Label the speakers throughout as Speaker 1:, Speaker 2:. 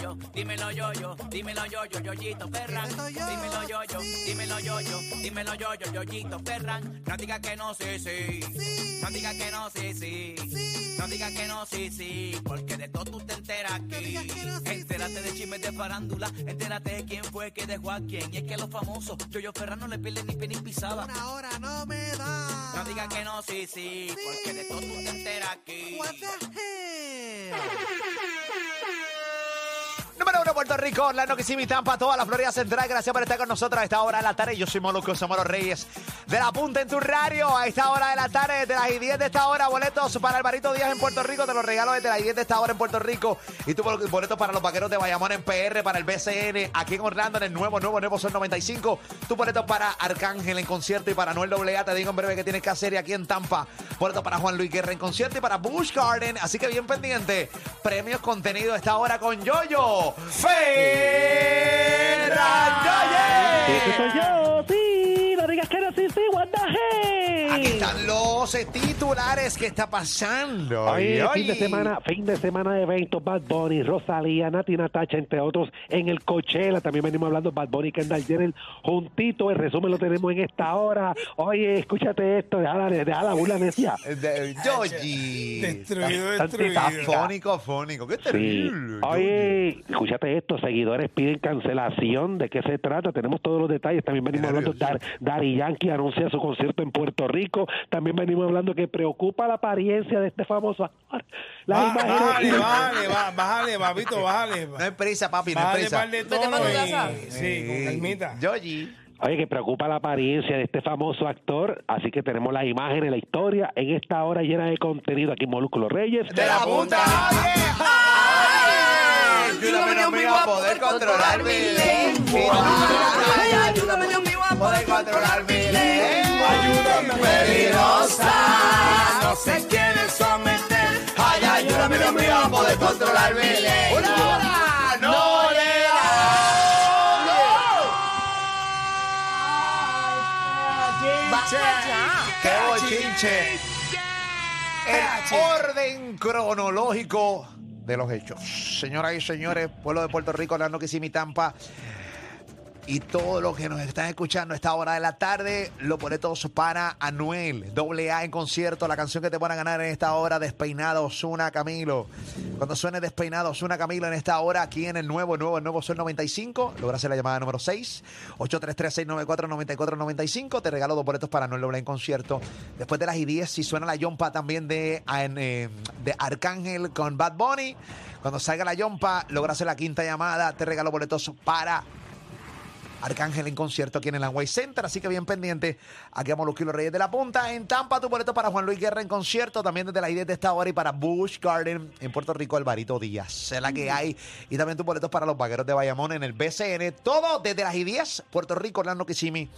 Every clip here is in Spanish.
Speaker 1: yo, dímelo yo yo, dímelo yo yo, yoyito Ferran. Dímelo yo yo, dímelo yo yo, dímelo yo yo, yoyito Ferran. No digas que no, sí, sí. No digas que no, sí, sí. No digas que no, sí, sí. Porque de todo tú te enteras aquí. Entérate de chismes de farándula. Entérate de quién fue que dejó a quién. Y es que los famosos, yo yo Ferran no le pierden ni pie ni pisaba.
Speaker 2: Una hora no me da.
Speaker 1: No digas que no, sí, sí. Porque de todo tú te enteras aquí.
Speaker 2: What the hell?
Speaker 3: Número uno, Puerto Rico, Orlando, Kissimmee, Tampa, toda la Florida Central. Gracias por estar con nosotros a esta hora de la tarde. Yo soy Molusco Somos los Reyes de la Punta en tu radio. A esta hora de la tarde, desde las 10 de esta hora, boletos para Alvarito Díaz en Puerto Rico. Te los regalo desde las 10 de esta hora en Puerto Rico. Y tú, boletos para los vaqueros de Bayamón en PR, para el BCN, aquí en Orlando, en el nuevo, nuevo, nuevo Sol 95. Tu boletos para Arcángel en concierto y para Noel Doblea. Te digo en breve qué tienes que hacer. Y aquí en Tampa, boletos para Juan Luis Guerra en concierto y para Bush Garden. Así que bien pendiente. Premios contenido a esta hora con Yoyo. Fernández.
Speaker 4: Este yo, sí, no digas que no, sí, sí, what the hell.
Speaker 3: Aquí están los eh, titulares. ¿Qué está pasando?
Speaker 4: Oye,
Speaker 3: Ay,
Speaker 4: este fin de
Speaker 3: ay.
Speaker 4: semana, fin de semana de eventos, Bad Bunny, Rosalía, Nati Natacha, entre otros, en el Coachella, también venimos hablando Bad Bunny, Kendall Jenner, juntito, el resumen lo tenemos en esta hora, oye, escúchate esto, deja la, deja la burla necia,
Speaker 3: Eh, De- Yoyi.
Speaker 5: Destruido,
Speaker 4: Tan-
Speaker 5: destruido.
Speaker 4: tantita
Speaker 3: Está Fónico, fónico. Qué
Speaker 4: Sí.
Speaker 3: terrible. Yoyi.
Speaker 4: Oye, escúchate esto, seguidores piden cancelación, ¿de qué se trata? Tenemos todos los detalles, también venimos
Speaker 3: Qué
Speaker 4: hablando,
Speaker 3: nervios.
Speaker 4: Dar, Daddy Yankee anuncia su concierto en Puerto Rico, también venimos hablando que preocupa la apariencia de este famoso actor. Las
Speaker 3: Ah,
Speaker 5: Ba-
Speaker 4: imágenes-
Speaker 5: Bájale, bájale, ba- bájale, papito, bájale.
Speaker 3: No hay prisa, papi, no hay
Speaker 5: Bájale
Speaker 3: prisa.
Speaker 5: par de
Speaker 6: Vete pa' tu
Speaker 5: tono y-
Speaker 6: casa.
Speaker 5: Sí, con calmita.
Speaker 3: Yoyi.
Speaker 4: Oye, que preocupa la apariencia de este famoso actor, así que tenemos las imágenes, la historia, en esta hora llena de contenido aquí en Molúsculo Reyes.
Speaker 3: De la punta. Oye. Ay.
Speaker 6: Ayúdame, Dios mío, a poder controlar mi lengua. Ay, ayúdame, Dios mío, a poder controlar mi lengua.
Speaker 3: Ayúdame,
Speaker 6: Peligrosa, no se quieren someter. Ay, ayúdame, Dios mío, a poder controlar mi
Speaker 3: Una
Speaker 6: lengua.
Speaker 3: hora no le da.
Speaker 6: Basta ya.
Speaker 3: ¡Qué bochinche! El orden cronológico de los hechos. Señoras y señores, pueblo de Puerto Rico, Orlando, Kissimmee, Tampa y todos los que nos están escuchando a esta hora de la tarde, los boletos para Anuel, doble A en concierto, la canción que te van a ganar en esta hora, Despeinado Osuna Camilo. Cuando suene Despeinado Osuna Camilo en esta hora, aquí en el nuevo, nuevo, nuevo Sol 95, logras la llamada número 6, 833-694-9495, te regalo dos boletos para Anuel doble A en concierto. Después de las y 10, si suena la yompa también de, en, eh, de Arcángel con Bad Bunny, cuando salga la yompa, logras la quinta llamada, te regalo boletos para Arcángel en concierto aquí en el Amway Center, así que bien pendiente. Aquí vamos los Kilos Reyes de la Punta. En Tampa, tu boleto para Juan Luis Guerra en concierto, también desde la idea de esta hora y para Bush Garden en Puerto Rico, Alvarito Díaz. Es la que hay. Y también tu boleto para los vaqueros de Bayamón en el BCN. Todo desde las I 10, Puerto Rico, Orlando Kissimmee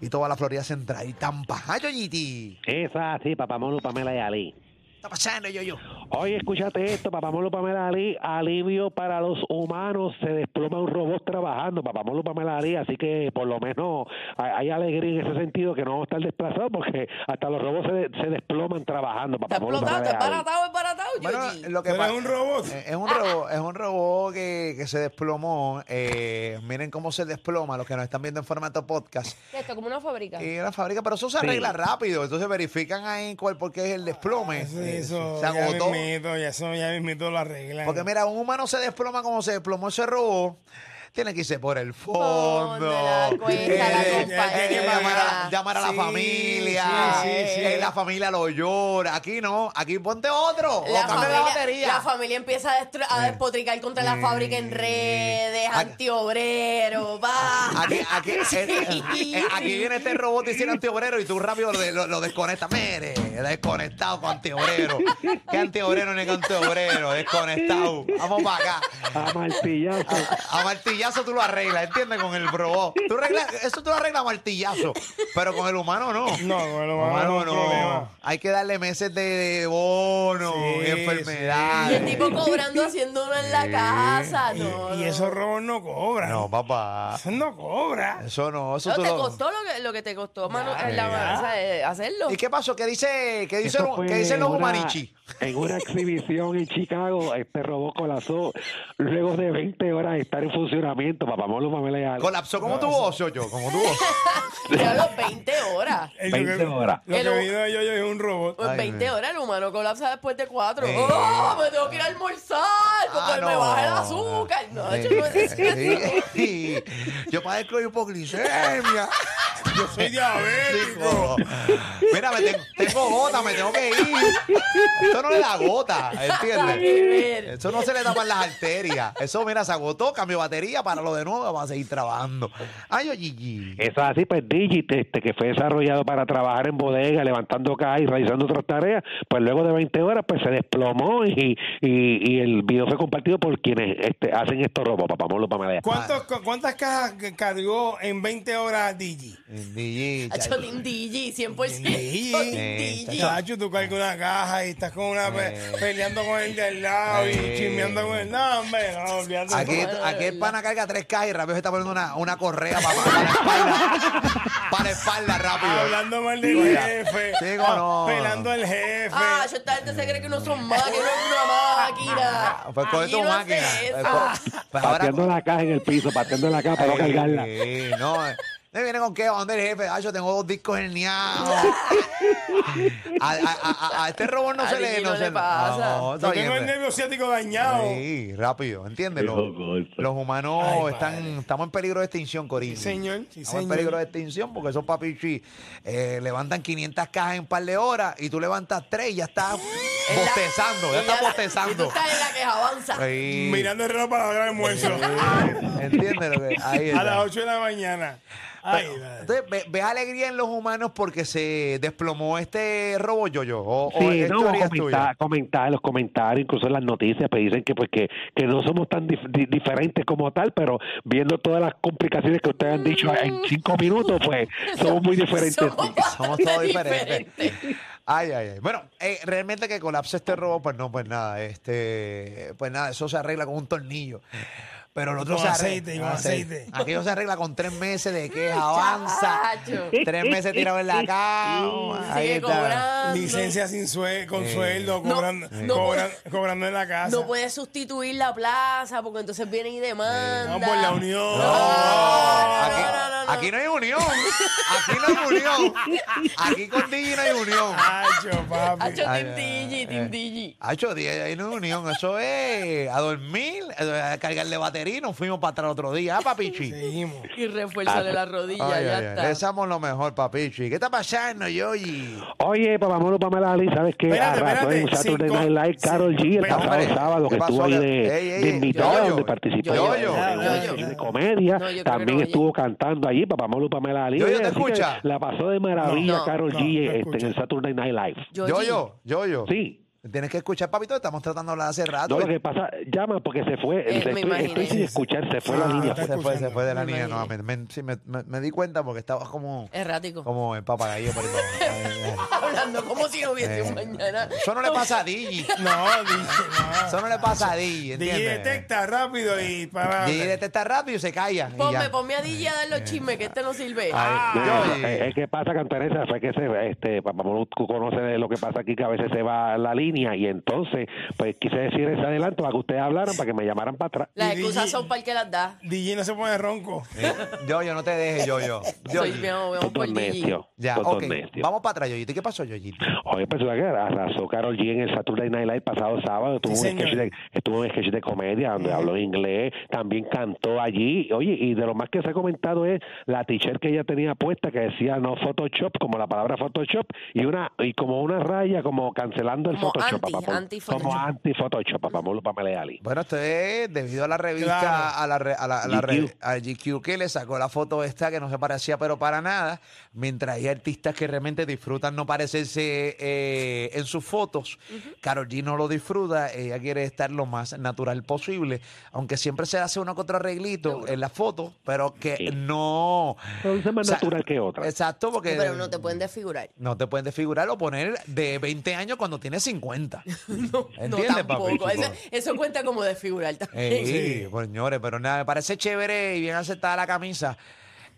Speaker 3: y toda la Florida Central. Y Tampa. ¡Ay, Yoyiti!
Speaker 4: Esa, sí, Papá Molo, Pamela y Ali.
Speaker 3: ¿Qué está pasando, Yoyo?
Speaker 4: Oye, escúchate esto, Papá Molo, Pamela y Ali, alivio para los humanos, se desploma un robot trabajando, Papá Molo, Pamela y Ali, así que por lo menos hay, hay alegría en ese sentido que no vamos a estar desplazados porque hasta los robots se, de- se desploman trabajando, Papá
Speaker 6: Está
Speaker 4: Molo,
Speaker 6: explotado,
Speaker 4: Pamela
Speaker 6: está
Speaker 4: y Ali.
Speaker 6: baratado, es baratado, Yoyi.
Speaker 3: lo
Speaker 5: Pero
Speaker 3: pa-
Speaker 5: es un robot.
Speaker 3: Eh, Es un robot, es un robot que, que se desplomó. Eh, miren cómo se desploma los que nos están viendo en formato podcast.
Speaker 6: Esto como una fábrica.
Speaker 3: Y la fábrica, pero eso se
Speaker 4: Sí.
Speaker 3: arregla rápido. Entonces verifican ahí cuál, porque es el desplome.
Speaker 5: Eso,
Speaker 3: Eh,
Speaker 5: Ah, eso,
Speaker 3: se
Speaker 5: ya
Speaker 3: agotó.
Speaker 5: mismito, ya eso, ya mismito lo arreglan.
Speaker 3: Porque mira, un humano se desploma como se desplomó ese robot. Tiene que irse por el fondo.
Speaker 6: Fondo, la cuenta,
Speaker 5: la
Speaker 3: eh,
Speaker 5: compañía.
Speaker 3: llamar a, llamar a la
Speaker 5: Sí,
Speaker 3: familia.
Speaker 5: sí, sí, sí.
Speaker 3: Eh, la familia lo llora. Aquí no. Aquí ponte otro. o
Speaker 6: La
Speaker 3: cambia la
Speaker 6: familia,
Speaker 3: batería.
Speaker 6: la familia empieza a, destru- a despotricar contra la fábrica en redes,
Speaker 3: Ay.
Speaker 6: antiobrero, va.
Speaker 3: Aquí, aquí, eh, eh, aquí viene este robot diciendo antiobrero y tú rápido lo, de- lo- lo desconectas. Mire, desconectado con antiobrero. ¿Qué antiobrero ni con antiobrero? Desconectado. Vamos para acá.
Speaker 4: A martillazo.
Speaker 3: A, a martillazo tú lo arreglas, ¿entiendes? Con el robot. Tú arreglas- eso tú lo arreglas a martillazo, pero con el humano no.
Speaker 5: No, con el humano no hay problema.
Speaker 3: Hay que darle meses de, de bono,
Speaker 5: Sí,
Speaker 3: enfermedades.
Speaker 6: Y el tipo cobrando haciendo uno en la casa. No,
Speaker 5: Y, y esos robots no cobran.
Speaker 3: No, papá.
Speaker 5: Eso no cobra.
Speaker 3: Eso no, eso
Speaker 6: No,
Speaker 3: tú
Speaker 6: te
Speaker 3: lo-
Speaker 6: costó lo que, lo que te costó mano,
Speaker 3: Ya,
Speaker 6: la-
Speaker 3: ya.
Speaker 6: o sea, eh, hacerlo.
Speaker 3: ¿Y qué pasó? ¿Qué dice dice, qué dicen,
Speaker 4: Eso fue
Speaker 3: qué dicen los
Speaker 4: en una-
Speaker 3: humanichi?
Speaker 4: En una exhibición en Chicago, este robot colapsó luego de 20 horas de estar en funcionamiento. Papá Molo, Pamela y Ale.
Speaker 3: Colapsó como tu voz, yo, como tu voz.
Speaker 6: Ya los 20 horas.
Speaker 5: Eh, yo
Speaker 4: 20
Speaker 5: que-
Speaker 4: horas.
Speaker 5: Lo
Speaker 6: El-
Speaker 5: que vino de Yoyo es un robot.
Speaker 6: Pues
Speaker 3: Ay,
Speaker 6: 20
Speaker 3: mira.
Speaker 6: horas el humano colapsa después de 4.
Speaker 3: Eh.
Speaker 6: ¡Oh! Me tengo que ir a almorzar
Speaker 3: Ah,
Speaker 6: porque me baja el azúcar. No,
Speaker 3: Eh,
Speaker 6: yo no
Speaker 3: eh, eh, Yo padezco de hipoglicemia.
Speaker 5: Yo soy diabético.
Speaker 3: Mira, me tengo, tengo gota, me tengo que ir. Esto no le da gota, ¿entiendes?
Speaker 6: ver.
Speaker 3: Eso no se le tapan las arterias. Eso, mira, se agotó, cambió batería para lo de nuevo, va a seguir trabajando. Ay, oye, Gigi.
Speaker 4: Eso es así, pues Digit, este, que fue desarrollado para trabajar en bodega, levantando cajas y realizando otras tareas, pues luego de 20 horas, pues se desplomó y, y, y el video fue compartido por quienes este, hacen estos robos, papá Molo, Pamela. y Ale.
Speaker 5: ¿Cuántos,
Speaker 3: Ah.
Speaker 5: cu- ¿Cuántas cajas que cargó en 20 horas Digi?
Speaker 3: Gigi,
Speaker 6: Ha
Speaker 3: ya-
Speaker 6: hecho Team Digi, 100%
Speaker 5: Digi.
Speaker 6: Team
Speaker 3: Eh,
Speaker 6: Digi.
Speaker 5: Chacho, tú cargas una caja y estás con una pe-
Speaker 3: Eh.
Speaker 5: peleando con el de al lado
Speaker 3: Eh.
Speaker 5: y chismeando con el. No, hombre, no, olvídate.
Speaker 3: Aquí, aquí el pana carga tres cajas y rápido se está poniendo una, una correa para, para la espalda. Para la espalda, rápido.
Speaker 5: Hablando mal del jefe.
Speaker 3: Sí, cómo no.
Speaker 5: Pelando al jefe.
Speaker 6: Ah, yo esta gente se cree que no son máquinas, que no es una máquina.
Speaker 3: Pues coge
Speaker 6: Aquí
Speaker 3: tu
Speaker 6: no hace
Speaker 3: máquina.
Speaker 6: eso. Ah.
Speaker 3: Pues, co- pues ahora-
Speaker 4: Pateando la caja en el piso, pateando la caja para no
Speaker 3: Ay,
Speaker 4: cargarla.
Speaker 3: Sí, no. eh. Me viene con qué, ¿a dónde el jefe? Ah, yo tengo dos discos herniados. A, a- a- a- a este robot no
Speaker 6: A
Speaker 3: se le...
Speaker 6: Gigi no
Speaker 3: se
Speaker 6: le pasa.
Speaker 3: No, está
Speaker 5: Yo tengo el
Speaker 3: bien. pues.
Speaker 5: nervio ciático dañado.
Speaker 3: Sí, rápido, ¿entiendes? Los, los humanos están, estamos en peligro de extinción, Corín.
Speaker 5: Sí, señor. Sí,
Speaker 3: Estamos en
Speaker 5: señor.
Speaker 3: peligro de extinción porque esos papichis eh, levantan 500 cajas en un par de horas y tú levantas tres y ya estás
Speaker 6: la-
Speaker 3: bostezando, ya estás
Speaker 6: Y Y tú
Speaker 3: bostezando.
Speaker 6: estás en la que avanza.
Speaker 3: Sí,
Speaker 5: Mirando el reloj para la hora de almuerzo.
Speaker 3: ¿Entiendes? lo que- Ahí
Speaker 5: A
Speaker 3: está.
Speaker 5: las 8 de la mañana. Ay, madre.
Speaker 3: Entonces, ve- ves alegría en los humanos porque se desplomó este robo yoyo. O, o
Speaker 4: Sí,
Speaker 3: es
Speaker 4: no,
Speaker 3: teoría
Speaker 4: comentar, comentar, los comentarios, incluso en las noticias, pues dicen que pues que, que no somos tan dif- di- diferentes como tal, pero viendo todas las complicaciones que ustedes han dicho en cinco minutos, pues somos muy diferentes.
Speaker 6: Somos
Speaker 4: sí.
Speaker 3: tuya. Somos todos
Speaker 6: bastante
Speaker 3: diferentes.
Speaker 6: diferentes.
Speaker 3: Ay, ay, ay. Bueno, eh, realmente que colapse este robo, pues no, pues nada. Este, pues nada, eso se arregla con un tornillo. Pero el otro
Speaker 5: Con
Speaker 3: se arregla.
Speaker 5: aceite, con
Speaker 3: Ah, sí.
Speaker 5: aceite.
Speaker 3: Aquello se arregla con tres meses de que avanza.
Speaker 6: Chacho.
Speaker 3: tres meses tirado en la cama. Ahí
Speaker 6: Sigue
Speaker 3: está.
Speaker 6: cobrando.
Speaker 5: Licencia sin sueldo, con sueldo,
Speaker 6: No,
Speaker 5: cobrando,
Speaker 6: no
Speaker 5: cobran-
Speaker 6: puede-
Speaker 5: cobrando en la casa.
Speaker 6: No puedes sustituir la plaza porque entonces vienen y demandan.
Speaker 5: No, por la unión.
Speaker 3: No,
Speaker 6: Ah,
Speaker 3: aquí,
Speaker 6: no, no, no, no.
Speaker 3: aquí no hay unión. Aquí no hay unión. Aquí con Digi no hay unión.
Speaker 5: Hacho,
Speaker 6: Ha
Speaker 5: papi.
Speaker 6: hecho
Speaker 3: Ay,
Speaker 6: Team
Speaker 3: ay,
Speaker 6: Digi,
Speaker 3: eh.
Speaker 6: Team Digi.
Speaker 3: Hacho, di- ahí no hay unión, eso es a dormir, a cargarle batería y nos fuimos para atrás otro día, ¿ah, papichi?
Speaker 5: Seguimos.
Speaker 6: Y refuérzale la rodilla,
Speaker 3: Ah, pues. Ay,
Speaker 6: ya
Speaker 3: ay, ay,
Speaker 6: está.
Speaker 3: Deseamos lo mejor, papichi. ¿Qué está pasando, Yoyi?
Speaker 4: Oye, papá Molo, Pamela Ali, ¿sabes qué?
Speaker 5: Espérate,
Speaker 4: Arrasó en
Speaker 5: espérate,
Speaker 4: Saturday
Speaker 5: cinco-
Speaker 4: Night Live, Carol G, el
Speaker 5: Pero,
Speaker 4: pasado
Speaker 3: hombre,
Speaker 4: sábado,
Speaker 3: ¿qué
Speaker 4: que estuvo
Speaker 3: pasó?
Speaker 4: ahí
Speaker 3: Ey,
Speaker 4: de,
Speaker 3: ey,
Speaker 4: de
Speaker 3: ey,
Speaker 4: invitado,
Speaker 3: Yoyo,
Speaker 4: donde participó
Speaker 6: Yoyo,
Speaker 4: en un
Speaker 5: Yoyo.
Speaker 4: show de comedia.
Speaker 6: No, yo creo
Speaker 4: También
Speaker 6: que no,
Speaker 4: estuvo cantando allí, papá Molo, Pamela Ali.
Speaker 3: Yoyo,
Speaker 4: Oye,
Speaker 3: ¿te
Speaker 4: así que
Speaker 3: escucha?
Speaker 4: La pasó de maravilla
Speaker 6: No, no,
Speaker 4: Carol
Speaker 5: no,
Speaker 4: G
Speaker 5: te
Speaker 4: este,
Speaker 5: escucha.
Speaker 4: en Saturday Night Live.
Speaker 3: Yoyo, Yoyo.
Speaker 4: Sí.
Speaker 3: Tienes que escuchar, papito, estamos tratando de hablar hace rato.
Speaker 4: No, lo que pasa, llama porque se fue.
Speaker 6: Eh,
Speaker 4: estoy,
Speaker 6: me imaginé.
Speaker 4: estoy sin escuchar, se fue
Speaker 5: Ah,
Speaker 4: la línea.
Speaker 5: está
Speaker 3: se, fue, se
Speaker 5: escuchando.
Speaker 3: fue de la
Speaker 6: Me
Speaker 3: niña, no, me,
Speaker 6: imagino.
Speaker 3: me- sí, me- me- me di cuenta porque estabas como,
Speaker 6: Errático.
Speaker 3: como el papagayo. por ahí. Ay,
Speaker 6: Hablando como si no hubiese
Speaker 3: Eh.
Speaker 6: un mañana.
Speaker 3: ay. Eso no le pasa a Digi.
Speaker 5: No, dije,
Speaker 3: Eso
Speaker 5: no.
Speaker 3: no le pasa a Digi,
Speaker 5: Digi
Speaker 3: ¿entiendes?
Speaker 5: detecta rápido y para.
Speaker 3: Digi detecta rápido y se calla. y
Speaker 6: Ponme,
Speaker 3: ya.
Speaker 6: ponme a Ah. DJ a dar
Speaker 5: Eh,
Speaker 6: los chismes, que este no sirve.
Speaker 5: Ah,
Speaker 3: Ay,
Speaker 4: No,
Speaker 3: Yoyi.
Speaker 4: eh, Es que pasa, Cantaresa, fue que se, este, papá Molu conoce de lo que pasa aquí, que a veces se va la línea, y entonces, pues quise decir ese adelanto para que ustedes hablaran, para que me llamaran para atrás.
Speaker 6: Las
Speaker 5: y
Speaker 6: excusas
Speaker 5: DJ.
Speaker 6: son para el que las da.
Speaker 5: Digi no se pone ronco.
Speaker 3: Eh, Yo, yo, no te dejes, yo, yo.
Speaker 6: Soy
Speaker 3: Yoyi.
Speaker 6: veo, veo
Speaker 4: Todo
Speaker 6: por Digi.
Speaker 4: necio.
Speaker 3: Ya,
Speaker 4: todo
Speaker 3: ok.
Speaker 4: necio.
Speaker 3: Vamos para atrás, Yoyito. ¿Y qué pasó, Yoyito?
Speaker 4: Oye, pues que arrasó Carol G en el Saturday Night Live pasado sábado. Estuvo,
Speaker 5: Sí,
Speaker 4: un, sketch
Speaker 5: señor.
Speaker 4: de, estuvo un sketch de comedia donde habló inglés, también cantó allí. Oye, y de lo más que se ha comentado es la t-shirt que ella tenía puesta que decía no Photoshop, como la palabra Photoshop, y una y como una raya como cancelando el
Speaker 6: Como anti-
Speaker 4: Photoshop. papá Molo.
Speaker 6: anti-Photoshop.
Speaker 4: Como anti-Photoshop, papá Molo, Pamela y Ali.
Speaker 3: Bueno, esto es debido a la revista,
Speaker 5: Claro.
Speaker 3: a la, re- a la, a la
Speaker 4: GQ.
Speaker 3: re- a GQ que le sacó la foto esta que no se parecía, pero para nada. Mientras hay artistas que realmente disfrutan no parecerse eh, en sus fotos, Carol G no lo disfruta. Ella quiere estar lo más natural posible, aunque siempre se hace uno que otro arreglito en la foto, pero que
Speaker 4: Sí.
Speaker 3: no.
Speaker 4: Pero una es más
Speaker 3: O sea,
Speaker 4: natural que otra.
Speaker 3: Exacto, porque.
Speaker 6: Pero no te pueden desfigurar.
Speaker 3: No te pueden desfigurar o poner de 20 años cuando tienes 50.
Speaker 6: No, no
Speaker 3: ¿Entiendes, papi? Eh,
Speaker 6: tampoco. Eso, eso cuenta como desfigurar también.
Speaker 3: Ey, señores, pero nada, me parece chévere y bien aceptada la camisa.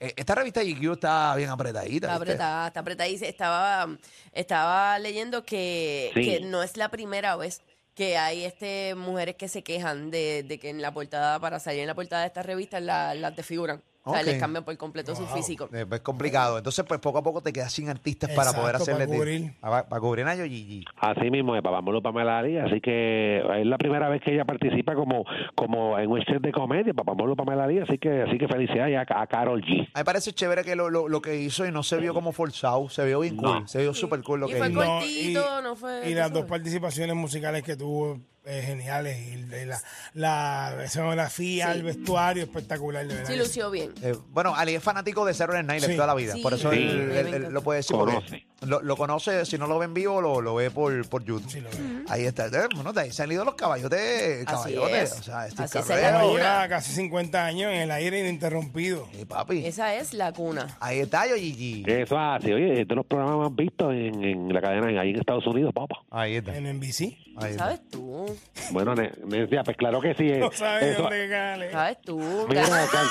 Speaker 3: Eh, esta revista GQ está bien apretadita.
Speaker 6: Está
Speaker 3: ¿viste?
Speaker 6: apretada, está apretada. Y se- estaba, estaba leyendo que,
Speaker 4: Sí.
Speaker 6: que no es la primera vez que hay este mujeres que se quejan de, de que en la portada, para salir en la portada de esta revista, la- las desfiguran. O sea,
Speaker 3: Ok.
Speaker 6: les cambian por completo su físico.
Speaker 3: Eh, pues, Es complicado. Entonces, pues poco a poco te quedas sin artistas para
Speaker 5: Exacto,
Speaker 3: poder
Speaker 5: para
Speaker 3: hacerle.
Speaker 5: cubrir.
Speaker 3: Para, para cubrir a Yoyigi.
Speaker 4: Así mismo es, Papá Molo Pamela Ali, así que es la primera vez que ella participa como, como en un set de comedia, Papá Molo Pamela Ali, así que, así que felicidades a, a Carol G.
Speaker 3: A mí me parece chévere que lo, lo, lo que hizo y no se vio como forzado. Se vio bien cool. Se vio súper cool lo
Speaker 6: Y
Speaker 3: que
Speaker 6: fue
Speaker 3: hizo.
Speaker 6: cool. cortito, no fue-
Speaker 5: y
Speaker 6: tú
Speaker 5: las dos
Speaker 6: sabes.
Speaker 5: participaciones musicales que tuvo eh, geniales. Y, de la, la escenografía,
Speaker 6: Sí.
Speaker 5: el vestuario espectacular, de verdad.
Speaker 6: Sí, lució bien.
Speaker 3: Eh, bueno, Ali es fanático de Saturday Night Live
Speaker 5: Sí.
Speaker 3: toda la vida.
Speaker 6: Sí.
Speaker 3: Por eso
Speaker 6: Sí.
Speaker 3: él,
Speaker 6: Me
Speaker 3: él- él
Speaker 6: encanta.
Speaker 3: lo puede decir. porque Lo, lo conoce, si no lo ve en vivo, lo, lo ve por, por YouTube.
Speaker 5: Sí, lo ve.
Speaker 3: Ahí está. Eh, Bueno, de ahí han ido los caballotes.
Speaker 6: Así
Speaker 3: Caballotes.
Speaker 6: es.
Speaker 3: O sea, este
Speaker 6: Así
Speaker 3: Steve
Speaker 6: es,
Speaker 3: Carrell,
Speaker 6: esa es la
Speaker 5: Bueno,
Speaker 6: Ahora.
Speaker 5: lleva casi 50 años en el aire ininterrumpido.
Speaker 3: eh, papi.
Speaker 6: Esa es la cuna.
Speaker 3: Ahí está Yoyigi.
Speaker 4: Eso así, oye, es de los programas más vistos en, en la cadena ahí en Estados Unidos, papá.
Speaker 3: Ahí está.
Speaker 5: En NBC.
Speaker 3: Ahí está.
Speaker 6: ¿Sabes tú?
Speaker 4: Bueno, ne- Nencia, pues claro que sí. eh,
Speaker 5: No sabes
Speaker 4: eso-
Speaker 5: dónde gale.
Speaker 6: ¿Sabes tú?
Speaker 4: mira, Cal-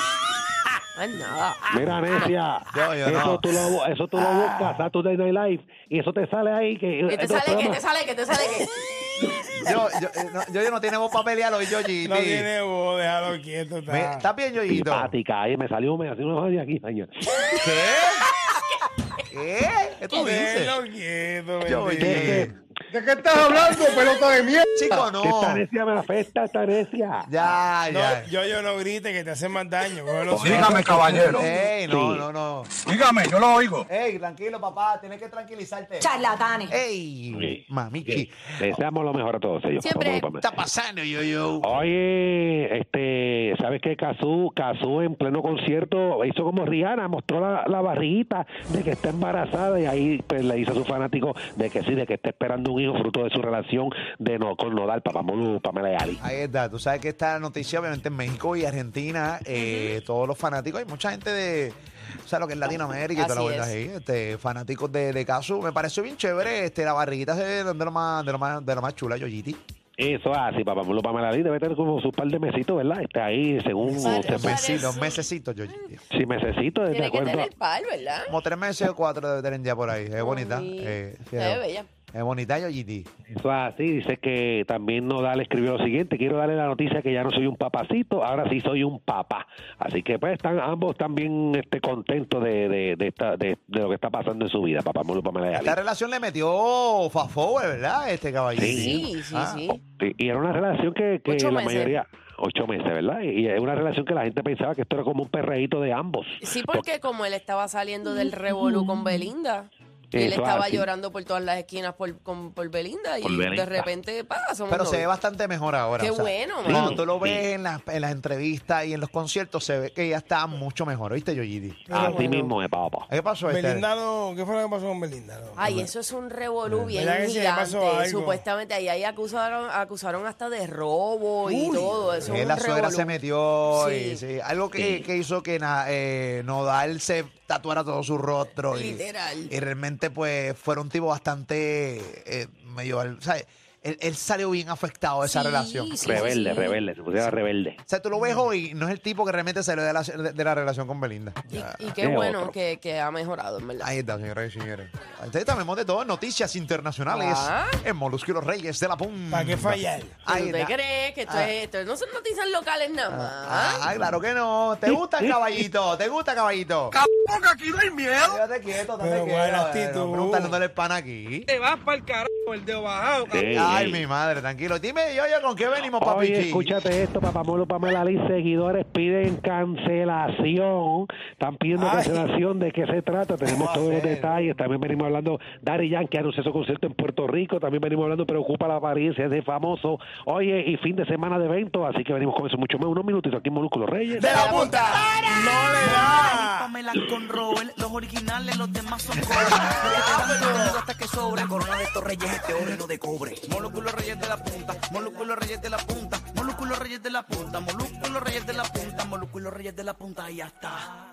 Speaker 6: Ay, nada. Ah,
Speaker 4: Mira, Necia,
Speaker 3: Yo- yo
Speaker 4: eso,
Speaker 3: no.
Speaker 4: tú lo, bu- eso tú lo buscas, Saturday Night Live, y eso te sale ahí. Que,
Speaker 6: ¿Qué te
Speaker 4: estos
Speaker 6: sale? ¿Qué te
Speaker 4: programas-
Speaker 6: sale? ¿Qué te sale? ¿Qué?
Speaker 3: Yo, yo, eh, no, yo, yo no tiene voz para pelear hoy, Yoyigi.
Speaker 5: No tiene voz, déjalo quieto. Está.
Speaker 3: Me- ¿Estás bien, Yoyito?
Speaker 4: Simpática, ay, me salió, me salió una joya aquí, señor.
Speaker 3: ¿Qué? ¿Qué? ¿Qué tú dices?
Speaker 5: Déjalo quieto,
Speaker 3: Yo,
Speaker 5: bendito.
Speaker 3: oye.
Speaker 5: ¿De qué estás hablando, pelota de mierda?
Speaker 3: Chico,
Speaker 4: Esta
Speaker 3: no.
Speaker 4: necia me afecta, esta necia.
Speaker 3: Ya, ya.
Speaker 5: No, yo, yo no grite que te hacen más daño. cógelo
Speaker 7: Dígame, caballero.
Speaker 3: Ey, no, no, no.
Speaker 7: Dígame, yo lo oigo.
Speaker 3: Ey, tranquilo, papá. Tienes que tranquilizarte.
Speaker 8: Charlatanes.
Speaker 3: Ey, mamichi.
Speaker 4: Deseamos lo mejor a todos ellos.
Speaker 6: Siempre.
Speaker 4: Vamos, vamos.
Speaker 3: está pasando, yo, yo?
Speaker 4: Oye, este, ¿sabes qué? Cazú, Cazú en pleno concierto hizo como Rihanna, mostró la, la barriguita de que está embarazada y ahí pues, le hizo a su fanático de que sí, de que está esperando un hijo fruto de su relación de no, con Nodal, Papamolu, Pamela y Ali.
Speaker 3: Ahí está, tú sabes que esta noticia obviamente en México y Argentina, eh, todos los fanáticos, hay mucha gente de, o sea, lo que es Latinoamérica y toda la
Speaker 6: Así
Speaker 3: vuelta
Speaker 6: es.
Speaker 3: ahí, este, fanáticos de, de Casu. Me pareció bien chévere, este, la barriguita se ve de lo más, de lo más, de lo más chula, Yoyiti.
Speaker 4: Eso es así, Papamolu, Pamela y Ali debe tener como sus par de mesitos, ¿verdad? Está ahí, según
Speaker 6: Vale,
Speaker 4: usted
Speaker 6: vale.
Speaker 3: Los,
Speaker 4: pues,
Speaker 3: mesi-
Speaker 6: parece-
Speaker 3: los mesecitos, Yoyiti.
Speaker 4: si mesecitos, de
Speaker 6: Tiene que
Speaker 4: acuerdo.
Speaker 6: tener par, ¿verdad?
Speaker 3: Como tres meses o cuatro debe tener ya por ahí. Es bonita.
Speaker 6: Sí.
Speaker 3: eh,
Speaker 6: Se ve bella.
Speaker 3: Es bonita, Yoyiti.
Speaker 4: Eso es así, dice que también Nodal escribió lo siguiente, quiero darle la noticia que ya no soy un papacito, ahora sí soy un papá. Así que pues están ambos también este, contentos de, de, de, esta, de, de lo que está pasando en su vida, papá Molo Pamela y Ali.
Speaker 3: Esta relación le metió fafo, ¿verdad? Este caballito.
Speaker 6: Sí, sí,
Speaker 3: Ah,
Speaker 6: sí.
Speaker 4: Y, y era una relación que, que
Speaker 6: Ocho
Speaker 4: la
Speaker 6: meses.
Speaker 4: mayoría... Ocho meses, ¿verdad? Y y es una relación que la gente pensaba que esto era como un perreíto de ambos.
Speaker 6: Sí, porque como él estaba saliendo del revolú con Belinda,
Speaker 4: Eso
Speaker 6: él
Speaker 4: es
Speaker 6: estaba
Speaker 4: así.
Speaker 6: llorando por todas las esquinas por, con- por Belinda y
Speaker 4: Por Belinda.
Speaker 6: de repente pasa. somos
Speaker 3: Pero se ve
Speaker 6: novios.
Speaker 3: bastante mejor ahora.
Speaker 6: Qué bueno, mano.
Speaker 3: Cuando tú lo
Speaker 4: Sí.
Speaker 3: ves en las, en las entrevistas y en los conciertos, se ve que ya está mucho mejor, ¿oíste, Yoyidi?
Speaker 4: Así mismo es, papá.
Speaker 3: ¿Qué pasó, este?
Speaker 5: Belinda, lo- ¿qué fue lo que pasó con Belinda? lo-
Speaker 6: Ay, eso es un revolú bien
Speaker 5: ¿Verdad que sí? Le pasó
Speaker 6: gigante.
Speaker 5: algo.
Speaker 6: Supuestamente ahí, ahí acusaron, acusaron hasta de robo y
Speaker 5: Uy.
Speaker 6: todo. Eso
Speaker 3: Eh,
Speaker 6: es un
Speaker 3: la suegra
Speaker 6: revolú.
Speaker 3: se metió y
Speaker 6: Sí.
Speaker 3: sí, algo que, que hizo que na- eh, Nodal se tatuara todo su rostro y,
Speaker 6: Literal.
Speaker 3: y realmente pues fuera un tipo bastante eh, medio al- o sea, él, él salió bien afectado de esa
Speaker 6: Sí,
Speaker 3: relación
Speaker 6: sí,
Speaker 4: rebelde,
Speaker 6: sí.
Speaker 4: rebelde, se pusiera rebelde.
Speaker 3: o sea tú lo ves hoy no es el tipo que realmente salió de la, de, de la relación con Belinda
Speaker 6: Y, y
Speaker 4: Ah, Qué
Speaker 6: qué bueno
Speaker 4: otro.
Speaker 6: que, que ha mejorado, en verdad.
Speaker 3: Ahí está, señores y señores. Ustedes también hemos de todo, noticias internacionales
Speaker 6: Ah.
Speaker 3: en Molusco y los Reyes de la Pum.
Speaker 5: ¿Para qué fallar?
Speaker 6: ¿Tú te
Speaker 3: na-
Speaker 6: crees que esto,
Speaker 3: Ah.
Speaker 6: es, esto no son noticias locales nada más?
Speaker 3: Ah, claro que no. ¿Te gusta el caballito? ¿Te gusta caballito? ¡Cabrón, aquí no hay miedo! Quédate quieto, estate
Speaker 5: Pero
Speaker 3: quieto.
Speaker 5: buena
Speaker 3: eh,
Speaker 5: actitud.
Speaker 3: No, preguntándole el pan aquí.
Speaker 4: Ey,
Speaker 3: Ay,
Speaker 4: ey.
Speaker 3: mi madre, tranquilo. Dime, yo, yo, ¿con qué venimos, papi?
Speaker 4: Oye, escúchate esto, Papamolo, Pamela Lee, seguidores piden cancelación, están pidiendo
Speaker 5: Ay.
Speaker 4: cancelación, ¿de qué se trata? Tenemos
Speaker 3: va a
Speaker 4: todos los
Speaker 3: ser?
Speaker 4: detalles, también venimos hablando, Dari Yankee anunció su concierto en Puerto Rico, también venimos hablando, preocupa la apariencia de famoso, oye, y fin de semana de evento, así que venimos con eso mucho más, unos minutitos aquí en Molúsculo Reyes.
Speaker 5: ¡De la punta! ¡No le da!
Speaker 1: Pamela con Robert, los originales, los demás son cobras. Los que te dan contenido hasta que sobra. Corona de estos reyes, este oro y no de cobre. Molúsculos reyes de la punta, molúsculos reyes de la punta, molúsculos reyes de la punta, molúsculos reyes de la punta, molúsculos reyes de la punta y ya está.